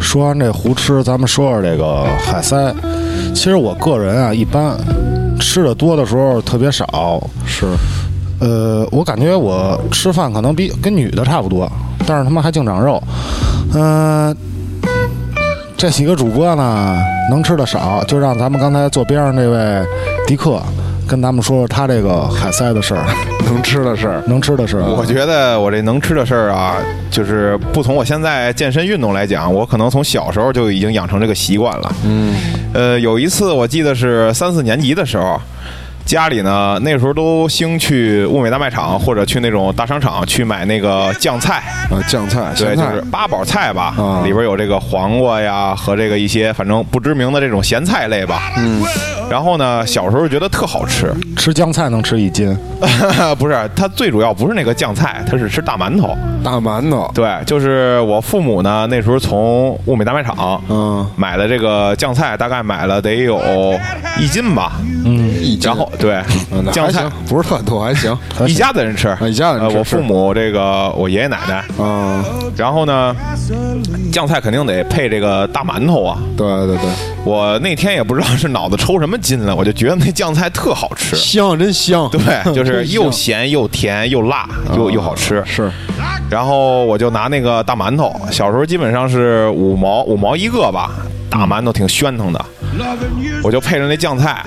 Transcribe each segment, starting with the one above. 说完这胡吃，咱们说说这个海塞。其实我个人啊，一般吃的多的时候特别少。是，呃，我感觉我吃饭可能比跟女的差不多，但是他妈还净长肉。嗯、这几个主播呢，能吃的少，就让咱们刚才坐边上这位迪克跟咱们说说他这个海塞的事儿，能吃的事儿。能吃的事儿。我觉得我这能吃的事儿啊，就是不从我现在健身运动来讲，我可能从小时候就已经养成这个习惯了。嗯，呃，有一次我记得是三四年级的时候，家里呢那时候都兴去物美大卖场或者去那种大商场去买那个酱菜，啊，酱菜、对，咸就菜是，八宝菜吧，啊里边有这个黄瓜呀和这个一些反正不知名的这种咸菜类吧。嗯，然后呢，小时候觉得特好吃，吃酱菜能吃一斤， 不是它最主要不是那个酱菜，它是吃大馒头。大馒头，对，就是我父母呢，那时候从物美大卖场，嗯买的这个酱菜，大概买了得有一斤吧，嗯一斤然后对嗯那酱还菜行，不是特多，还 行。啊一家子人吃，一家子人吃呃我是父母这个我爷爷奶奶，啊，然后呢，酱菜肯定得配这个大馒头啊。对对对，。我那天也不知道是脑子抽什么筋了，我就觉得那酱菜特好吃香真香。 对，就是真香又咸又甜又辣又又好吃。是然后我就拿那个大馒头，小时候基本上是五毛五毛一个吧，大馒头挺喧腾的，我就配着那酱菜，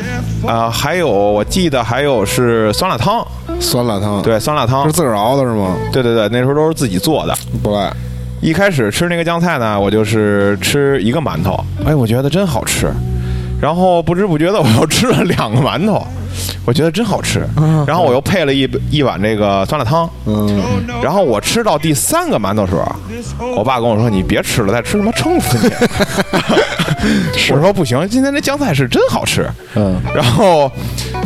啊、还有我记得还有是酸辣汤，酸辣汤，，对，酸辣汤是，自个儿熬的是吗？对对对，那时候都是自己做的。不赖，一开始吃那个酱菜呢，我就是吃一个馒头，哎，我觉得真好吃。然后不知不觉的我又吃了两个馒头，我觉得真好吃。然后我又配了一一碗这个酸辣汤，嗯，然后我吃到第三个馒头时候，我爸跟我说：“你别吃了，再吃他妈撑死你。”我说：“不行，今天这酱菜是真好吃。”嗯，然后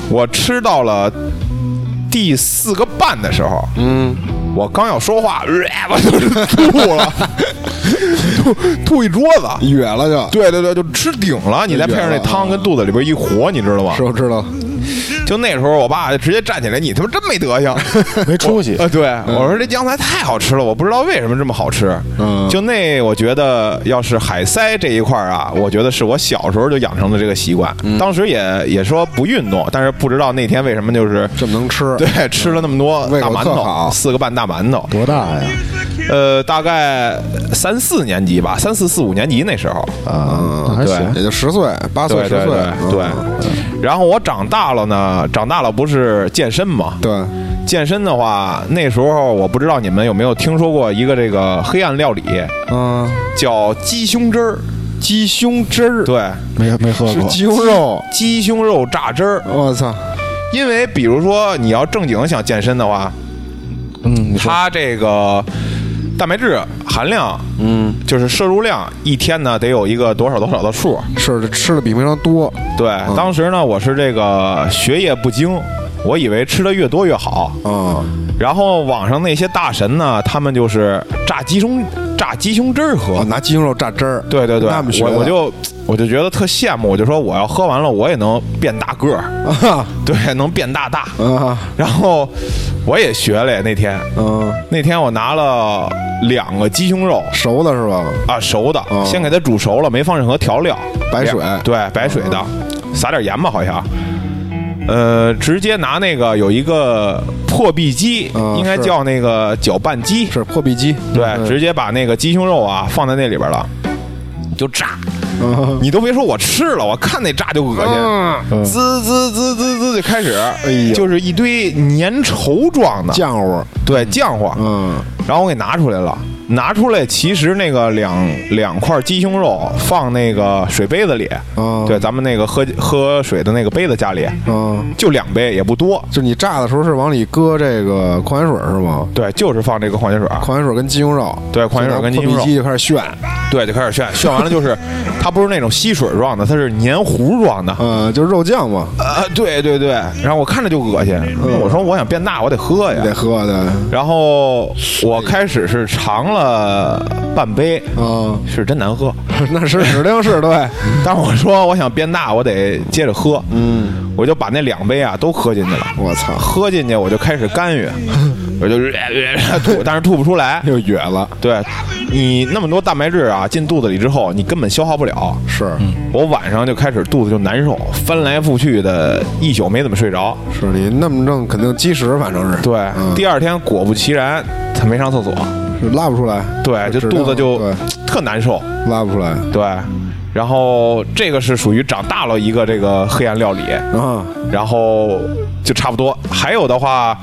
我吃到了第四个半的时候，嗯，我刚要说话，呃、我就是吐了， 吐吐一桌子。哕了就，对对对，就吃顶了，你再配上那汤跟肚子里边一和，你知道吗是？我知道，就那时候，我爸就直接站起来，你他妈真没德行。没出息。呃，对，我说这酱菜太好吃了，我不知道为什么这么好吃。嗯就那我觉得，要是海塞这一块儿啊，我觉得是我小时候就养成的这个习惯。嗯当时也也说不运动，但是不知道那天为什么就是这么能吃，对吃了那么多胃大口馒特好头，四个半大馒头。多大呀？呃，大概三四年级吧，三四四五年级那时候，啊，那还对行。也就十岁，八岁对十对岁，对嗯对。然后我长大了呢，长大了不是健身嘛？对，健身的话，那时候我不知道你们有没有听说过一个这个黑暗料理，嗯，叫鸡胸汁儿。鸡胸汁儿，，对，没没喝是过。鸡胸 肉，鸡胸肉榨汁儿。我操，因为比如说你要正经想健身的话，嗯，你说它这个蛋白质含量，嗯，就是摄入量，一天呢得有一个多少多少的数。是这吃的比平常多，对，当时呢我是这个学业不精，我以为吃的越多越好。嗯，然后网上那些大神呢，他们就是榨鸡胸榨鸡胸汁儿喝。哦，拿鸡胸肉榨汁儿，对对对，那么学的我我就我就觉得特羡慕，我就说我要喝完了，我也能变大个儿， 啊对，能变大大。啊，然后我也学了那天，嗯，那天我拿了两个鸡胸肉熟的是吧？啊，熟的，哦先给它煮熟了，没放任何调料，白水嗯两对，白水的，撒点盐吧，好像。呃，直接拿那个有一个破壁机，嗯应该是叫那个搅拌机，是嗯破壁机，对，直接把那个鸡胸肉啊放在那里边了，就炸。嗯你都别说我吃了，我看那炸就恶心，嗯哎滋滋滋滋滋就开始，呦就是一堆粘稠状的，浆糊，对浆糊。嗯，然后我给拿出来了，拿出来其实那个两两块鸡胸肉放那个水杯子里，哦对，咱们那个喝喝水的那个杯子家里，嗯，就两杯也不多，就你榨的时候是往里搁这个矿泉水是吗？对，就是放这个矿泉水儿，矿泉水跟鸡胸肉，对矿泉水跟鸡胸肉破壁机就开始炫，对，就开始炫，炫完了就是，它不是那种吸水状的，它是黏糊状的。嗯，就是肉酱嘛，啊，对对对，然后我看着就恶心，我说我想变大，我得喝呀嗯得。喝的， 然后我开始是尝了半杯，嗯，是真难喝。那是指定是对，但是我说我想变大，我得接着喝。嗯，我就把那两杯啊都喝进去了。我操， 喝进去我就开始干哕，我就吐，但是吐不出 来。 又哕了，对你那么多蛋白质啊进肚子里之后，你根本消化不了。是我晚上就开始肚子就难受，翻来覆去的，一宿没怎么睡着。是，你那么弄肯定积食，反正是对，嗯第二天果不其然，他没上厕所，是拉不出来，对，就质肚量子就对特难受，拉不出来对。然后这个是属于长大了一个这个黑暗料理，啊，然后就差不多。还有的话，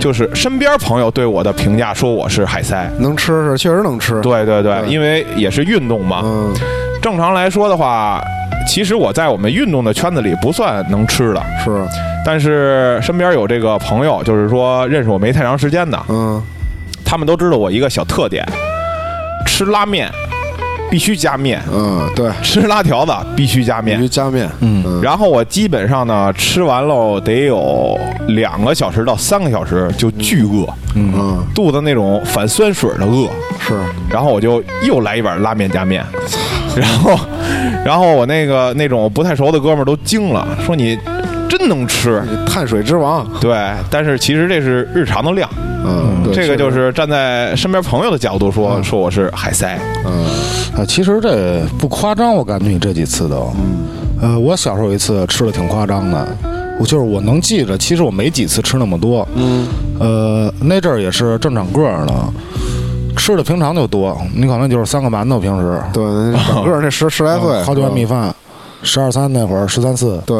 就是身边朋友对我的评价说我是海塞，能吃是确实能吃，，对对对，对因为也是运动嘛。嗯，正常来说的话，其实我在我们运动的圈子里不算能吃的，是，但是身边有这个朋友，就是说认识我没太长时间的，嗯，他们都知道我一个小特点：吃拉面必须加面，嗯，对，吃拉条子必须加必须面。加面，嗯嗯，然后我基本上呢，吃完喽得有两个小时到三个小时就巨饿，嗯，肚子那种反酸水的饿。是，然后我就又来一碗拉面加 面，然后，然后我那个那种不太熟的哥们儿都惊了，说你真能吃。你碳水之王， 对，但是其实这是日常的量，嗯，对这个就是站在身边朋友的角度说，说我是海塞，嗯，啊，其实这不夸张，我感觉你这几次都，呃，我小时候有一次吃的挺夸张的，我就是我能记着，其实我没几次吃那么多，嗯，呃，那阵儿也是正长个儿呢，吃的平常就多，你可能就是三个馒头平时，对，那整个那十十来哦岁，好几碗米嗯，饭，十二三那会儿，十三四，对，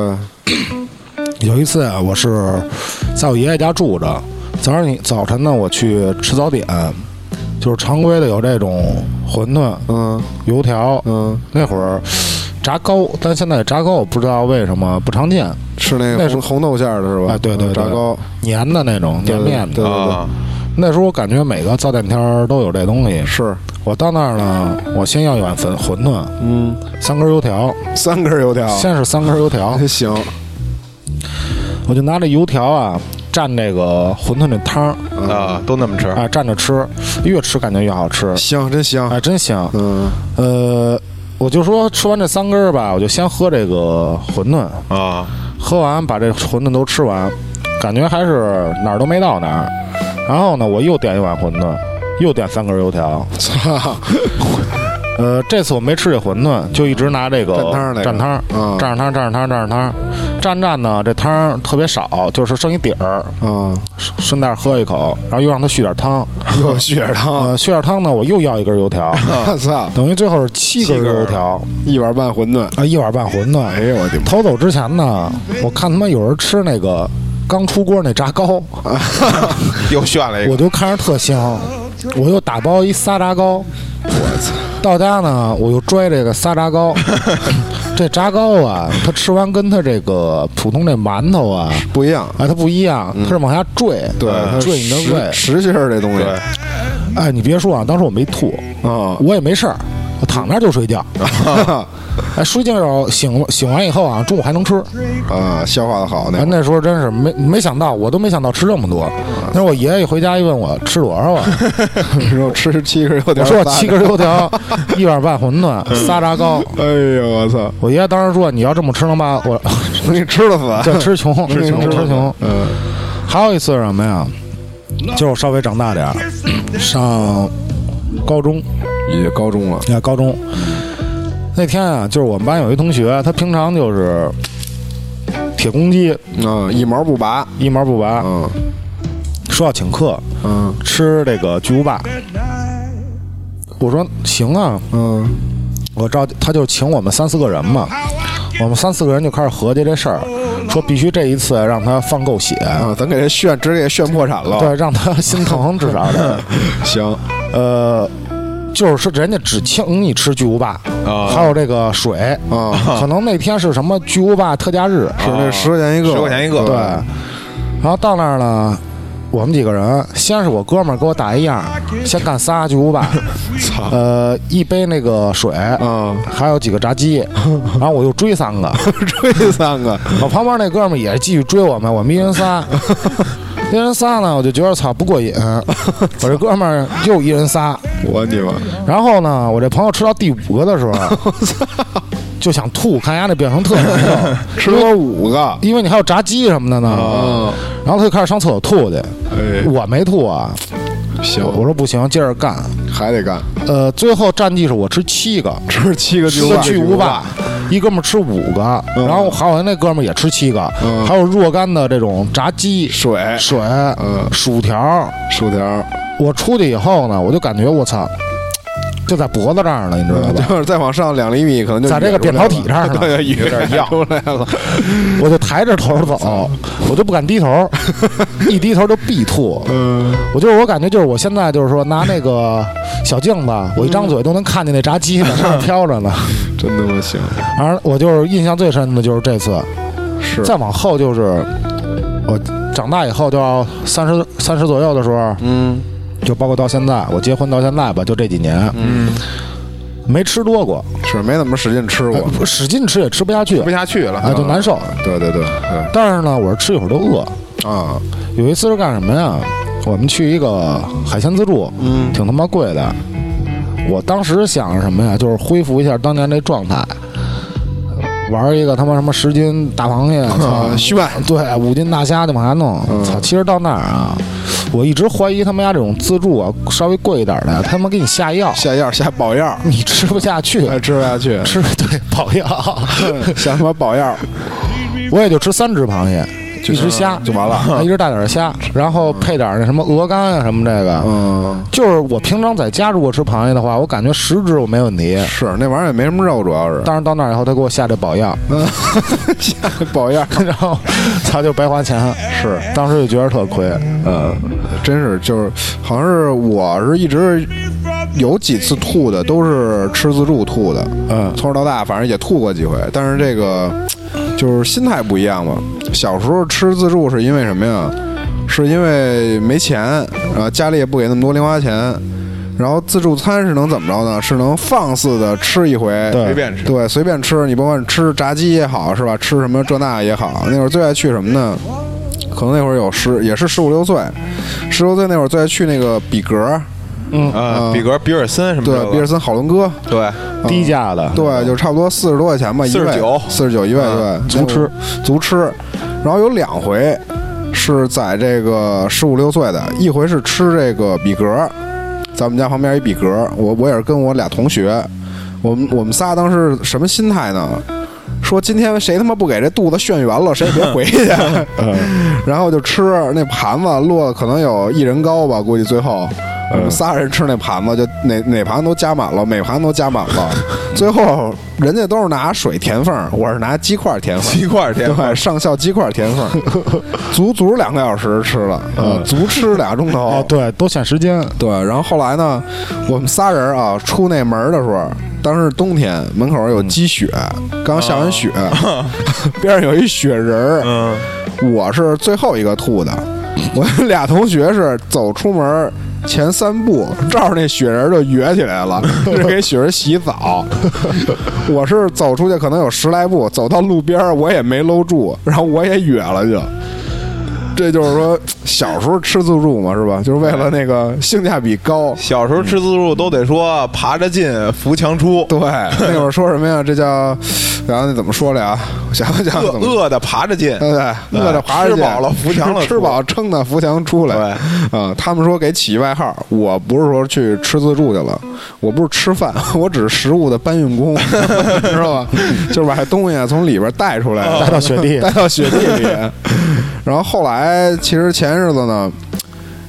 有一次啊，我是在我爷爷家住着，早上你早晨呢，我去吃早点，就是常规的有这种馄饨、嗯油条，嗯，那会儿炸糕，但现在炸糕不知道为什么不常见，吃那那个是红红豆馅儿的是吧？啊对对对炸糕，粘的那种对粘面对的。对对啊，那时候我感觉每个早点摊儿都有这东西。是，我到那儿呢，我先要一碗粉馄饨，嗯，啊三根油条，三根油条，先是三根油 条，行，我就拿这油条啊蘸这个馄饨这汤儿嗯啊，都那么吃，啊蘸着吃，越吃感觉越好吃，香真香，哎真香。 嗯，呃，我就说吃完这三根儿吧，我就先喝这个馄饨，嗯啊，喝完把这馄饨都吃完，感觉还是哪儿都没到哪儿。然后呢，我又点一碗馄饨，又点三根油条。 操，呃，这次我没吃这馄饨，就一直拿这个蘸汤儿那个蘸汤儿，嗯蘸着汤儿，蘸着汤儿，蘸着汤儿，蘸蘸呢，这汤儿特别少，就是剩一底儿，啊，顺顺带喝一口，然后又让他续点汤。又 血 汤，呃，续点汤呢，我又要一根油条，啊我操，等于最后是七根七根儿油条一碗半馄饨，啊，一碗半馄饨。哎呦我的妈，偷走之前呢，我看他妈有人吃那个刚出锅那炸糕，哎又炫了一我个，就看着特香，我又打包一仨炸糕，我操！到家呢，我又拽这个仨炸 糕，这炸糕啊，它吃完跟它这个普通这馒头啊，不一样，哎，它不一样，它是往下坠，嗯啊对，它坠你的胃实。实心儿这东西，对，哎，你别说啊，当时我没吐，啊，我也没事儿，我躺那儿就睡 觉。哎，睡觉醒了醒完以后啊，中午还能吃。啊，消化的好那哎，会儿，那时候真是没没想到，我都没想到吃这么多。那时候我爷爷一回家一问我吃多少啊，然后吃七根油条，我说我七根油 条，一碗半馄饨，仨炸糕。哎呦我操，我爷爷当时说：“你要这么吃能把 我你吃了死，叫吃穷，吃穷吃穷。嗯”还有一次是什么呀？就是我稍微长大点儿，嗯上高中也高中了，啊，高中那天啊，就是我们班有一同学，他平常就是铁公鸡，啊，一毛不拔，一毛不拔，嗯说要请客嗯吃这个巨无霸。我说行啊，嗯，我照他就请我们三四个人嘛，我们三四个人就开始合计这事儿，说必须这一次让他放够血，啊，咱给这炫，直接给炫破产了，对，让他心疼至少得。行，呃，就是说人家只请你吃巨无霸，啊还有这个水，啊，可能那天是什么巨无霸特价日，是那十块钱一个，十块钱一个，对。然后到那儿呢，我们几个人，先是我哥们儿给我打一样，先干仨巨无霸，呃，一杯那个水，啊，还有几个炸鸡，然后我又追三个。 追三个，我旁边那哥们儿也继续追我们，我们一人仨，一人仨呢，我就觉得操不过瘾，我这哥们儿又一人仨，我你妈，然后呢，我这朋友吃到第五个的时候，就想吐，看人家那表情特难受， 吃了五个，因为你还有炸鸡什么的呢。然后他就开始上厕所吐去，哎，我没吐啊，行，我说不行，接着干。还得干，呃，最后战绩是我吃七个，吃七个巨吃无霸，巨无霸，一哥们儿吃五个，嗯然后还有那哥们儿也吃七个，嗯还有若干的这种炸鸡、水、水、嗯薯条。薯条，我出去以后呢，我就感觉我操，就在脖子这儿呢，你知道吧？就是再往上两厘米，可能就在这个扁桃体这儿呢，对，有点咬要。出来了，嗯我就抬着头走，我就不敢低头，一低头就必吐。嗯，我就是我感觉就是我现在就是说拿那个小镜子，我一张嘴都能看见那炸鸡在上面飘着呢。 真他妈行，反正我就是印象最深的就是这次，是，再往后就是我长大以后就要三十三十左右的时候，嗯就包括到现在我结婚到现在吧，就这几年嗯，没吃多过，是没怎么使劲吃过，呃使劲吃也吃不下去不，下去了，哎就难受。对对对对，但是呢，我是吃一会儿就饿。啊，有一次是干什么呀？我们去一个海鲜自助，嗯挺他妈贵的。我当时想着什么呀？就是恢复一下当年那状态，玩一个他妈什么十斤大螃 蟹，操啊，炫，对，五斤大虾就往下弄。嗯操、其实到那儿啊，我一直怀疑他们家这种自助啊，稍微贵一点的，他妈给你下 药，下药下 宝药，你吃不下去，还吃不下去，吃 对跑 药。下他妈宝药，我也就吃三只螃蟹，就一只虾就完了，一只大点儿的虾，然后配点儿那什么鹅肝啊什么这个。嗯，就是我平常在家如果吃螃蟹的话，我感觉十只我没问题。是那玩意儿也没什么肉，主要是但是到那儿以后，他给我下这宝药， 下宝药， 然后他就白花钱。是，当时就觉得特亏。呃，真是就是，好像是我是一直有几次吐的，都是吃自助吐的。嗯从小到大，反正也吐过几回，但是这个就是心态不一样嘛。小时候吃自助是因为什么呀？是因为没钱，然后家里也不给那么多零花钱。然后自助餐是能怎么着呢？是能放肆的吃一回，对随便吃。对，随便吃，你甭管吃炸鸡也好，是吧？吃什么这那也好，那会儿最爱去什么呢？可能那会儿有十，也是十五六岁，十六岁那会儿最爱去那个比格，呃，比格、比尔森什么之类嗯对，的比尔森、好伦哥，对，低价的，对，就差不多四十多块钱吧，一位49四十九一位，对，足吃足吃，然后有两回是在这个十五六岁的，一回是吃这个比格，咱们家旁边一比格，我我也是跟我俩同学，我们我们仨当时什么心态呢？说今天谁他妈不给这肚子炫圆了，谁也别回 去。嗯然后就吃那盘子落了，可能有一人高吧，估计最后我们仨人吃那盘子，就哪哪盘都加满了，每盘都加满 了。最后人家都是拿水填缝，我是拿鸡块填缝。鸡块天，对，上校鸡块填缝， 足足两个小时吃了，嗯，足吃俩钟头。 哦，对，都限时间。对，然后后来呢，我们仨人啊出那门儿的时候，当时是冬天，门口有积雪，刚下完雪， 边上有一雪人儿，嗯，我是最后一个吐的， 我们俩同学是走出门儿前三步，照着那雪人儿就跃起来了， 就是给雪人洗澡。 我是走出去可能有十来步，走到路边儿我也没搂住，然后我也哕了就。这就是说，小时候吃自助嘛，是吧？就是为了那个性价比高。小时候吃自助都得说爬着进，扶墙出，对，那会儿说什么呀？这叫，然后那怎么说来啊？我想想饿怎么饿的爬着进，对不对？饿着爬着哎吃饱了扶墙了吃吃饱撑的扶墙出来。啊、他们说给起一外号，我不是说去吃自助去了，我不是吃饭，我只是食物的搬运工， 你知道吧？ 就是把东西啊从里边带出来，哦带到雪地 带到雪地里。然后后来，其实前日子呢，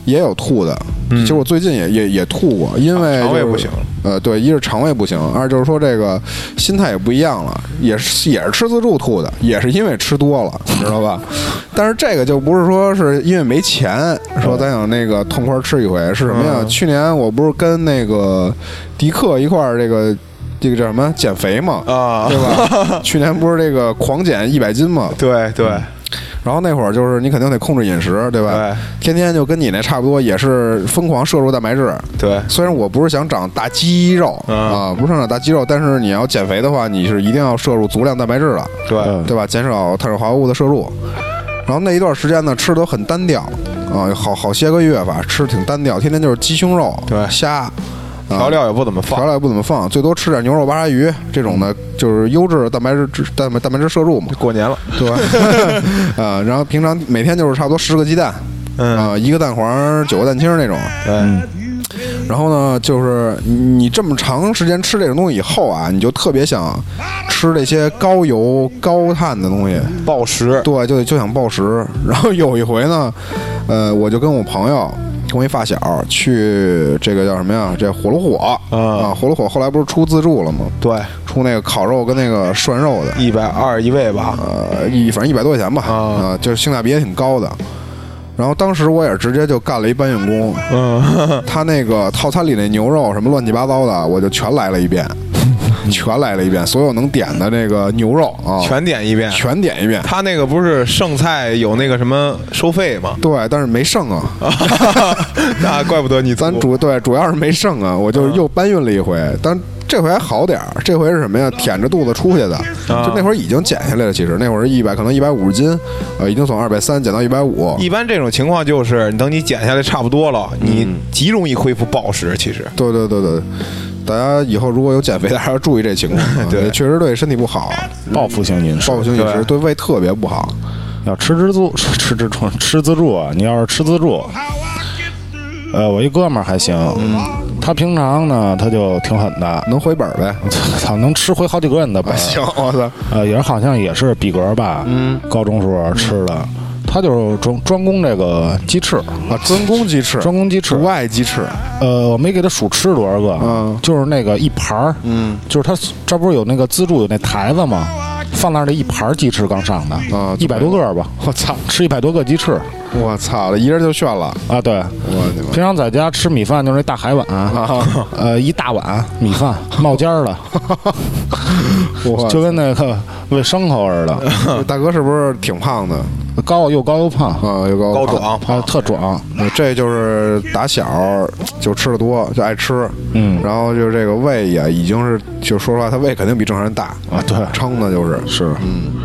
也有吐的。其实我最近也也也吐过，因为、嗯啊肠就是、胃不行。呃，对，一是肠胃不行，二就是说这个心态也不一样了，也是也是吃自助吐的，也是因为吃多了，你知道吧？ 但是这个就不是说是因为没钱，嗯说咱想那个痛快吃一回是什么呀？去年我不是跟那个迪克一块儿这个这个叫什么减肥嘛，啊对， 吧？去年不是这个狂减一百斤嘛，对对嗯然后那会儿就是你肯定得控制饮食，对吧？对天天就跟你那差不多，也是疯狂摄入蛋白质。对，虽然我不是想长大肌肉啊、嗯不是想长大肌肉，但是你要减肥的话，你是一定要摄入足量蛋白质的，对，对吧？减少碳水化合物的摄入。然后那一段时间呢，吃的都很单调啊、有好好些个月吧，吃得挺单调，天天就是鸡胸肉、对虾。调料也不怎么放调。料也不怎么放，最多吃点牛肉、巴沙鱼这种的，就是优质的蛋白质质蛋白蛋白质摄入嘛，过年了，对吧？ 啊，然后平常每天就是差不多十个鸡蛋，嗯啊，一个蛋黄九个蛋清儿那种。嗯，然后呢，就是你你这么长时间吃这种东西以后啊，你就特别想吃这些高油高碳的东西，暴食，对，啊就就想暴食。然后有一回呢，呃，我就跟我朋友。跟我一发小去这个叫什么呀？这火炉火啊啊，火炉火后来不是出自助了吗？对，出那个烤肉跟那个涮肉的，一百二一位吧，呃，一反正一百多块钱吧，啊啊、就是性价比也挺高的。然后当时我也是直接就干了一搬运工，嗯， 他那个套餐里那牛肉什么乱七八糟的，我就全来了 一遍，全来了一遍，所有能点的那个牛肉啊，全点一遍。全点一遍。？他那个不是剩菜有那个什么收费吗 对，但是没剩啊，那怪不得你咱租主对主要是没剩啊，我就又搬运了一回，但这回还好点儿，这回是什么呀？舔着肚子出去的，啊就那会儿已经减下来了，其实那会儿一百可能一百五十斤，呃，已经从二百三减到一百五，一般这种情况就是，等你减下来差不多了，你嗯极容易恢复暴食。其实，对对对对，大家以后如果有减肥的，还要注意这情况啊，对也确实对身体不好，报复性饮食暴，饮性饮对食对胃特别不好。要吃自助，吃 吃自助，吃自助啊！你要是吃自助，呃，我一哥们儿还行，嗯他平常呢他就挺狠的， 能回本儿呗？啊操，能吃回好几个人的本儿。行，我操，呃，也是好像也是比格吧，嗯，高中时候吃的，嗯他就是专专攻这个鸡翅，啊，专攻鸡翅，专攻鸡翅不。爱鸡翅，呃，我没给他数吃多少个，嗯就是那个一盘儿，嗯，就是他这不是有那个自助有那台子吗？放那儿的一盘儿鸡翅刚上的，啊一百多个儿吧，我操，吃一百多个鸡翅我操了，一人就炫了，啊，对。我你妈平常在家吃米饭就是那大海碗，啊！呃，一大碗米饭冒尖儿的， 我就跟那个喂牲口似的，这 大哥是不是挺胖的高又高又 胖，啊？又高高壮啊，特壮，嗯这就是打小就吃的多，就爱吃，嗯然后就是这个胃也已经是，就说实话，他胃肯定比正常人大啊对撑的就是，是，嗯，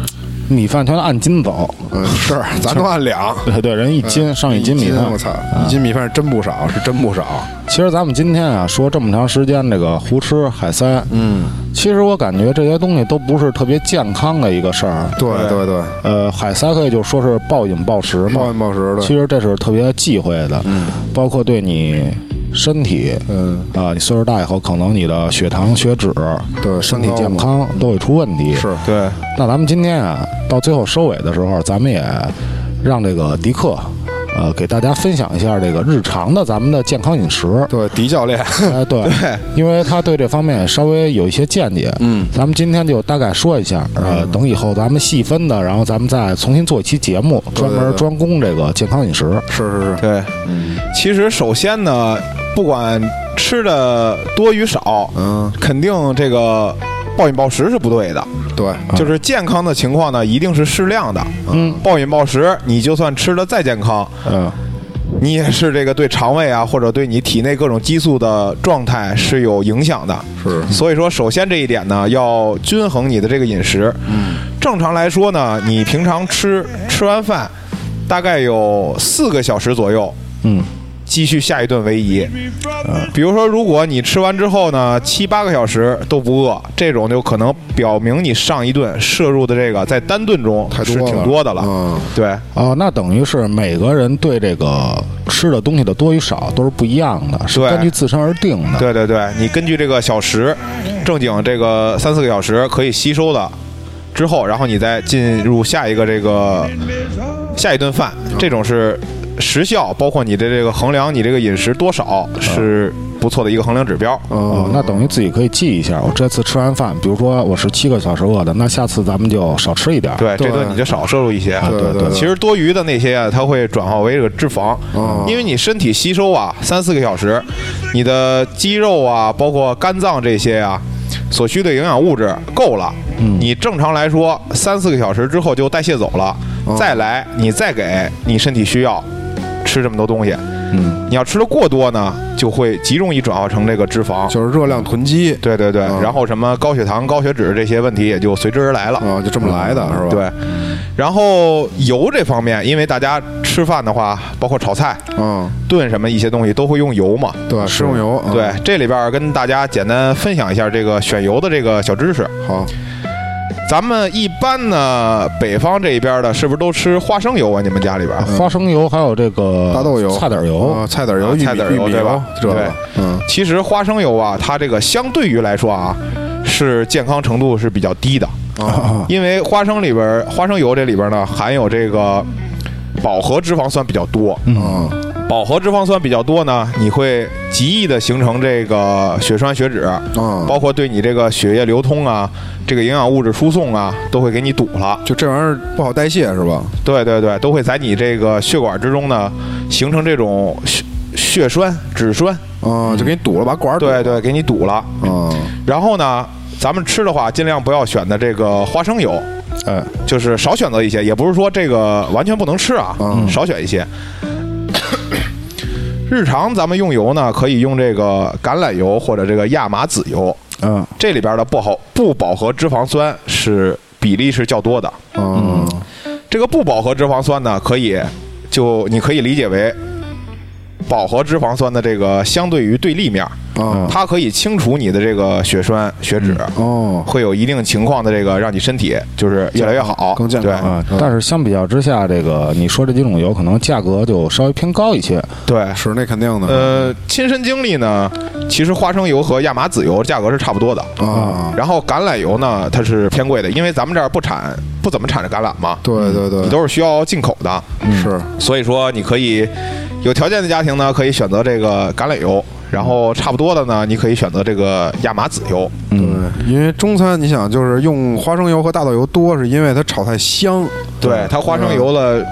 米饭全按斤走，嗯，是，咱都按两，对对，人一斤上嗯一斤米饭啊我，操，一斤米饭是真不少，是真不少，其实咱们今天啊说这么长时间这个胡吃海塞，嗯，其实我感觉这些东西都不是特别健康的一个事儿，对对对，呃，海塞可以就说是暴饮暴食嘛，暴饮暴食的，其实这是特别忌讳的，包括对你身体，嗯啊，你岁数大以后，可能你的血糖、血脂，对身体三高健嘛康都会出问题。是。对，那咱们今天啊，到最后收尾的时候，咱们也让这个迪克。呃，给大家分享一下这个日常的咱们的健康饮食对，狄教练，哎，对，因为他对这方面稍微有一些见解。嗯，咱们今天就大概说一下。呃，等以后咱们细分的，然后咱们再重新做一期节目，专门对专攻这个健康饮食。是是是，对，其实首先呢，不管吃的多与少，嗯，肯定这个暴饮暴食是不对的。对，就是健康的情况呢，一定是适量的。嗯，暴饮暴食，你就算吃的再健康，嗯，你也是这个对肠胃啊，或者对你体内各种激素的状态是有影响的。是所以说，首先这一点呢，要均衡你的这个饮食。嗯，正常来说呢，你平常吃吃完饭，大概有四个小时左右，嗯，继续下一顿为宜。比如说，如果你吃完之后呢，七八个小时都不饿，这种就可能表明你上一顿摄入的这个在单顿中太多是了，挺多的了。嗯，对，哦，那等于是每个人对这个吃的东西的多与少都是不一样的，是对根据自身而定的。对对对，你根据这个小时，正经这个三四个小时可以吸收的之后，然后你再进入下一个这个下一顿饭，这种是时效，包括你的这个衡量你这个饮食多少是不错的一个衡量指标。嗯哦，那等于自己可以记一下，我这次吃完饭，比如说我是七个小时饿的，那下次咱们就少吃一点。对，这对顿你就少摄入一些。对对对，其实多余的那些啊，它会转化为这个脂肪，哦因为你身体吸收啊，三四个小时，你的肌肉啊，包括肝脏这些啊，所需的营养物质够了。嗯你正常来说，三四个小时之后就代谢走了，哦再来你再给你身体需要吃这么多东西，嗯，你要吃的过多呢，就会极容易转化成这个脂肪。就是热量囤积，对对对，嗯然后什么高血糖、高血脂这些问题也就随之而来了。嗯啊，就这么来的是吧？对，然后油这方面，因为大家吃吃饭的话，包括炒菜、嗯，炖什么一些东西都会用油嘛。对，食用油，嗯对，，这里边儿跟大家简单分享一下这个选油的这个小知识。好，呃咱们一般呢，北方这一边的，是不是都吃花生油啊？你们家里边儿？花生油还有这个大豆油菜籽油，啊，菜籽油、啊玉菜米籽油玉米对吧这对个， 嗯，其实花生油啊，它这个相对于来说啊，是健康程度是比较低的，啊，因为花生里边儿花生油这里边儿呢含有这个饱和脂肪酸比较多，嗯，饱和脂肪酸比较多呢，你会极易的形成这个血栓、血脂，嗯包括对你这个血液流通啊、这个营养物质输送啊，都会给你堵了。就这玩意儿不好代谢是吧？对对对，都会在你这个血管之中呢形成这种血血栓、脂栓，嗯，就给你堵了，把管儿堵对了，对，给你堵了。嗯，然后呢，咱们吃的话，尽量不要选的这个花生油，哎，就是少选择一些，也不是说这个完全不能吃啊，嗯少选一些。 日常咱们用油呢，可以用这个橄榄油或者这个亚麻籽油，嗯这里边的不好不饱和脂肪酸是比例是较多的。嗯，这个不饱和脂肪酸呢，可以就你可以理解为饱和脂肪酸的这个相对于对立面，嗯啊，它可以清除你的这个血栓、血脂。哦，会有一定情况的这个，让你身体就是越来越好，更健康啊，但是相比较之下，这个你说这几种油可能价格就稍微偏高一些。对对，是那肯定的，呃，亲身经历呢，其实花生油和亚麻籽油价格是差不多的，嗯啊，然后橄榄油呢，它是偏贵的，因为咱们这儿不产不怎么产橄榄嘛，对对对你，都是需要进口的，是，所以说你可以有条件的家庭呢，可以选择这个橄榄油，然后差不多的呢，你可以选择这个亚麻籽油，对，嗯因为中餐你想就是用花生油和大豆油多，是因为它炒菜香，对，它花生油了，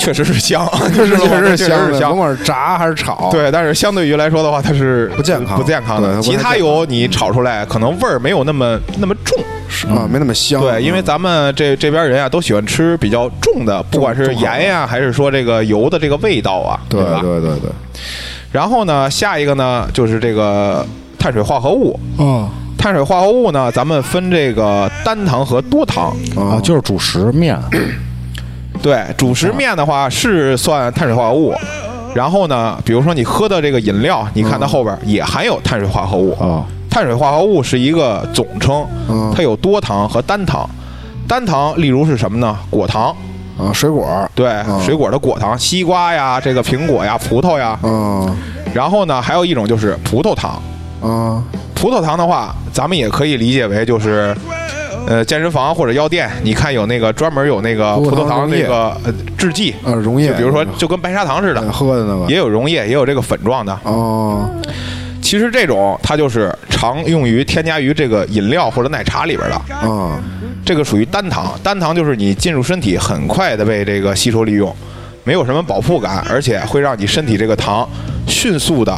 确实是香，嗯 确实确实是是香的，甭管是炸还是炒，，对，但是相对于来说的话，它是不健康不健康对的。它不其太他健康油你炒出来，可能味儿没有那么那么重。啊，没那么香，对，因为咱们这这边人啊，都喜欢吃比较重的，不管是重口的盐呀、还是说这个油的这个味道啊，对吧？对对对，然后呢，下一个呢，就是这个碳水化合物。嗯碳水化合物呢，咱们分这个单糖和多糖。嗯啊，就是主食 面，对，主啊食面的话是算碳水化合物。然后呢，比如说你喝的这个饮料，你嗯看它后边也含有碳水化合物哦。碳水化合物是一个总称啊嗯，它有多糖和单糖。单糖例如是什么呢？果糖，啊，水果，对，嗯水果的果糖，西瓜呀，这个苹果呀，葡萄呀。嗯然后呢，还有一种就是葡萄糖。嗯葡萄糖的话，咱们也可以理解为就是，呃，健身房或者药店，你看有那个专门有那个葡萄葡萄糖溶糖那液个呃制剂，啊，溶液，嗯就比如说就跟白砂糖似的，喝的那个，也有溶液，也有这个粉状的。哦，其实这种它就是常用于添加于这个饮料或者奶茶里边的，嗯这个属于单糖。单糖就是你进入身体很快的被这个吸收利用，没有什么饱腹感，而且会让你身体这个糖迅速的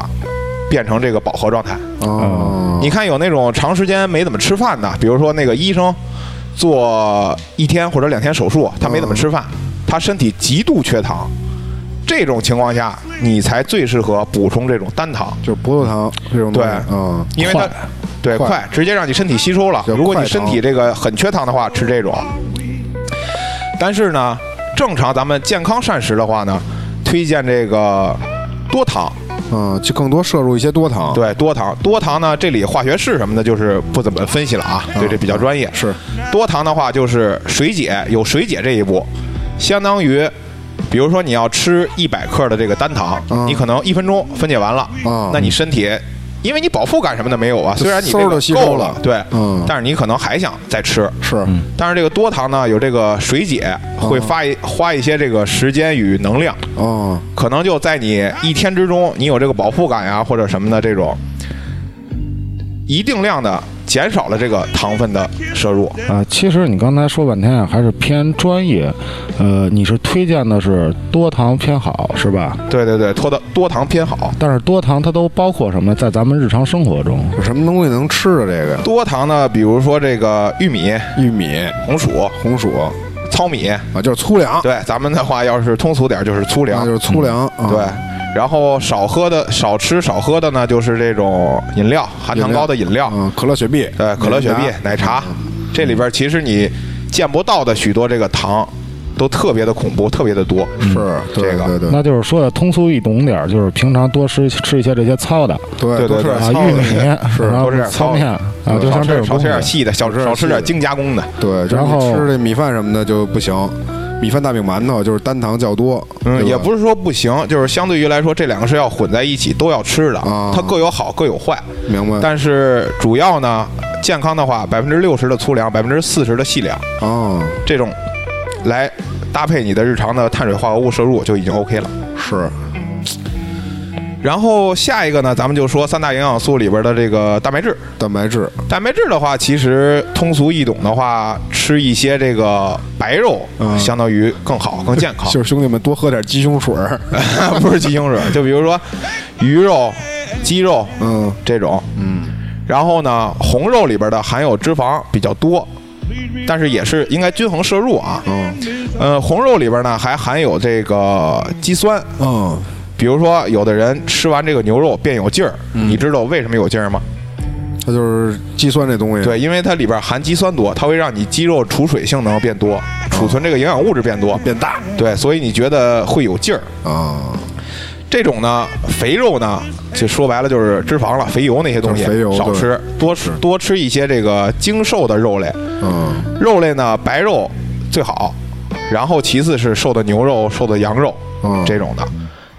变成这个饱和状态。哦，你看有那种长时间没怎么吃饭的，比如说那个医生做一天或者两天手术，他没怎么吃饭，他身体极度缺糖，这种情况下你才最适合补充这种单糖，就是葡萄糖这种东西，对嗯，因为它快对快快直接让你身体吸收了。叫如果快你身糖体这个很缺糖的话，吃这种。但是呢，正常咱们健康膳食的话呢，推荐这个多糖，嗯，就更多摄入一些多糖，，对，多糖，多糖呢，这里化学式什么的，就是不怎么分析了啊，对，这比较专业。是多糖的话，就是水解，有水解这一步，相当于，比如说你要吃一百克的这个单糖，嗯你可能一分钟分解完了，嗯那你身体。因为你饱腹感什么的没有啊，就虽然你这馊个儿都吸收够了对，嗯但是你可能还想再吃，嗯是，啊但是这个多糖呢，有这个水解，会发一花一些这个时间与能量，嗯可能就在你一天之中，你有这个饱腹感呀，或者什么的这种，一定量的减少了这个糖分的摄入。啊，其实你刚才说半天啊，还是偏专业。呃，你是推荐的是多糖偏好是吧？对对对，多的多糖偏好。但是多糖它都包括什么呢？在咱们日常生活中，有什么东西能吃的这个呀？多糖呢，比如说这个玉米、玉米、红薯、红薯糙米，啊，就是粗粮，对，咱们的话要是通俗点就是粗那粮就，是粗粮，啊对。然后少喝的、少吃、少喝的呢，就是这种饮料，含糖高的饮料，嗯，可乐、雪碧，呃对，可乐、雪碧、奶茶，这里边其实你见不到的许多这个糖，都特别的恐怖，特别的多。嗯是，对这个对对那就是说的通俗易懂点儿，就是平常多吃吃一些这些糙的对对都对是对啊，糙玉的米，然后多吃点糙糙的面啊，就少像这种吃少东吃西。点细的，少少吃点少吃点细的精加工的。对，就是然你后吃这米饭什么的就不行，米饭大饼馒头就是单糖较多，对嗯，吧也不是说不行，就是相对于来说，这两个是要混在一起都要吃的啊，它各有好各有坏。明白，但是主要呢，健康的话，百分之六十的粗粮，百分之四十的细粮，哦，这种来搭配你的日常的碳水化合物摄入就已经 OK 了。是，然后下一个呢，咱们就说三大营养素里边的这个蛋白质。蛋白质蛋白质的话，其实通俗易懂的话，吃一些这个白肉，嗯相当于更好、更健康。 就是兄弟们多喝点鸡胸水儿， 不是鸡胸 水，就比如说鱼肉、鸡肉，嗯这种，嗯。然后呢，红肉里边的含有脂肪比较多，但是也是应该均衡摄入啊。嗯呃，红肉里边呢还含有这个肌酸，嗯，比如说有的人吃完这个牛肉变有劲儿，嗯你知道为什么有劲儿吗？ 它就是计算这东西，对，因为它里边含肌酸多，它会让你肌肉储水性能变多，储存这个营养物质变多，哦变大对，所以你觉得会有劲儿。啊，这种呢，肥肉呢，就说白了就是脂肪了，肥油那些东西就是肥油少吃，多吃多吃一些这个精瘦的肉类，嗯肉类呢白肉最好，然后其次是瘦的牛肉、瘦的羊肉、嗯这种的，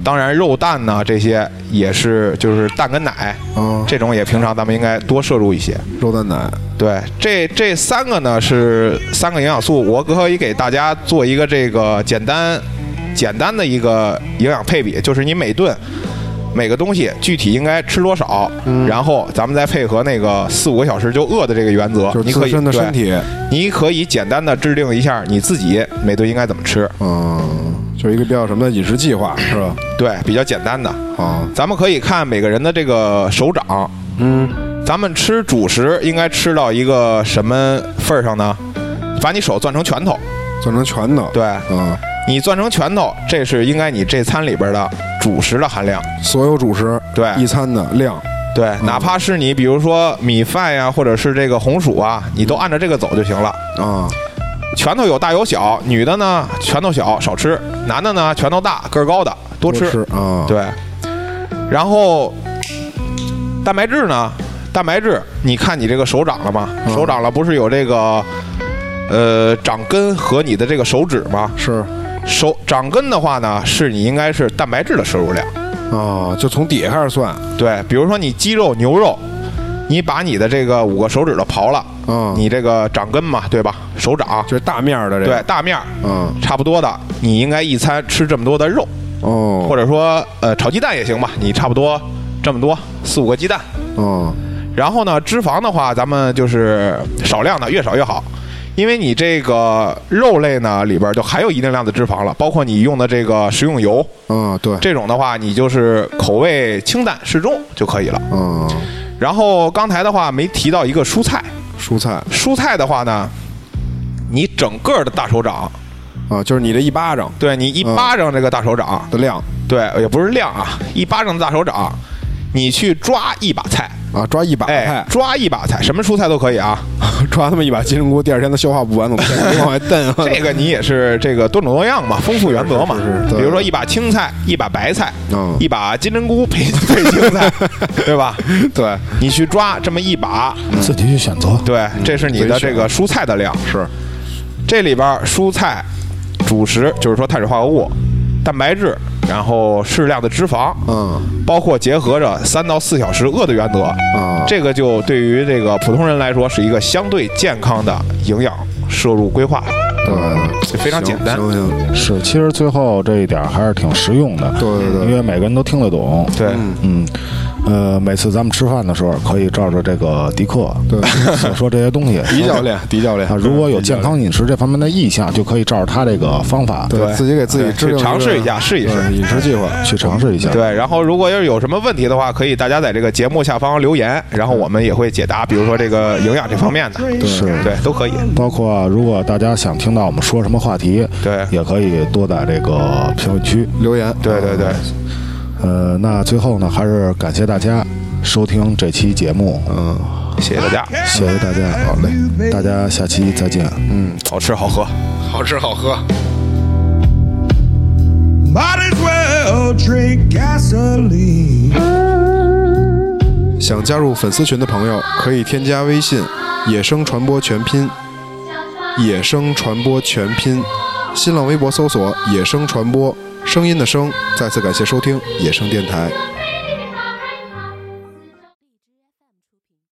当然肉蛋呢这些也是就是蛋跟奶、嗯，这种也平常咱们应该多摄入一些。肉蛋奶，对，这这三个呢是三个营养素，我可以给大家做一个这个简单简单的一个营养配比，就是你每顿每个东西具体应该吃多少，嗯然后咱们再配合那个四五个小时就饿的这个原则，就是你可自以身的身，体，对你可以简单的制定一下你自己每顿应该怎么吃，嗯，就是一个比较什么的饮食 计划是吧？对，比较简单的。啊，咱们可以看每个人的这个手掌，嗯，咱们吃主食应该吃到一个什么份儿上呢？把你手攥成拳头，攥成拳头，，对嗯，你攥成拳头，这是应该你这餐里边的主食的含量。所有主食对一餐的量，对，嗯哪怕是你比如说米饭呀，或者是这个红薯啊，你都按照这个走就行了。啊，拳头有大有小，女的呢拳头小少吃，男的呢拳头大个儿高的多多吃。啊，，对，然后蛋白质呢？蛋白质，你看你这个手掌了吗？嗯手掌了不是有这个呃掌根和你的这个手指吗？是手掌根的话呢，是你应该是蛋白质的摄入量。啊，就从底下开始算，对，比如说你鸡肉、牛肉，你把你的这个五个手指头刨了，嗯你这个掌根嘛，对吧？手掌，就是大面儿的这对个，，大面儿，嗯，差不多的，你应该一餐吃这么多的肉，哦，或者说呃炒鸡蛋也行吧，你差不多这么多四五个鸡蛋。嗯，然后呢，脂肪的话，咱们就是少量的，越少越好。因为你这个肉类呢里边儿就含有一定量的脂肪了，包括你用的这个食用油，嗯，对，这种的话，你就是口味清淡适中就可以了。嗯，然后刚才的话没提到一个蔬菜，蔬菜蔬菜的话呢，你整个的大手掌，啊，就是你这一巴掌对你一嗯巴掌这个大手掌，的量对，也不是量啊，一巴掌的大手掌，你去抓一把菜，啊，抓一把哎菜，， 抓一把菜，什么蔬菜都可以啊，抓他妈一把金针菇，第二天都消化不完，怎么办往外蹬 啊？这个你也是这个多种多样嘛，丰富原则嘛是是是。对比如说一把青菜，一把白菜嗯，一把金针菇配 配青菜，对吧？ 对，你去抓这么一把，嗯自己去选择。对，这是你的这个蔬菜的量。是，这里边儿蔬菜、主食，就是说碳水化合物、蛋白质，然后适量的脂肪，嗯，包括结合着三到四小时饿的原则，啊，这个就对于这个普通人来说是一个相对健康的营养摄入规划。对，非常行简单行行，是，其实最后这一点儿还是挺实用的，对对对因为每个人都听得懂。对，嗯，呃，每次咱们吃饭的时候，可以照着这个迪克对所说这些东 西。狄教练，狄教练啊，，如果有健康饮食这方面的意向，就可以照着他这个方法对自己给自己对制定去尝个嗯试一下试一试对饮食计划，去尝试一下。对，然后如果要是有什么问题的话，可以大家在这个节目下方留言，然后我们也会解答，比如说这个营养这方面的，是对，都可以。包括如果大家想听到我们说什么话题，对也可以多在这个评论区。留言，对对对，嗯呃，那最后呢，还是感谢大家收听这期节目，嗯，谢谢大家，谢谢大家，好嘞，大家下期再见，嗯。好吃好喝。好吃好喝。 drink gasoline. 想加入粉丝群的朋友，可以添加微信“野生传播全拼”，野生传播全拼，新浪微博搜索“野生传播”，声音的声。再次感谢收听野生电台。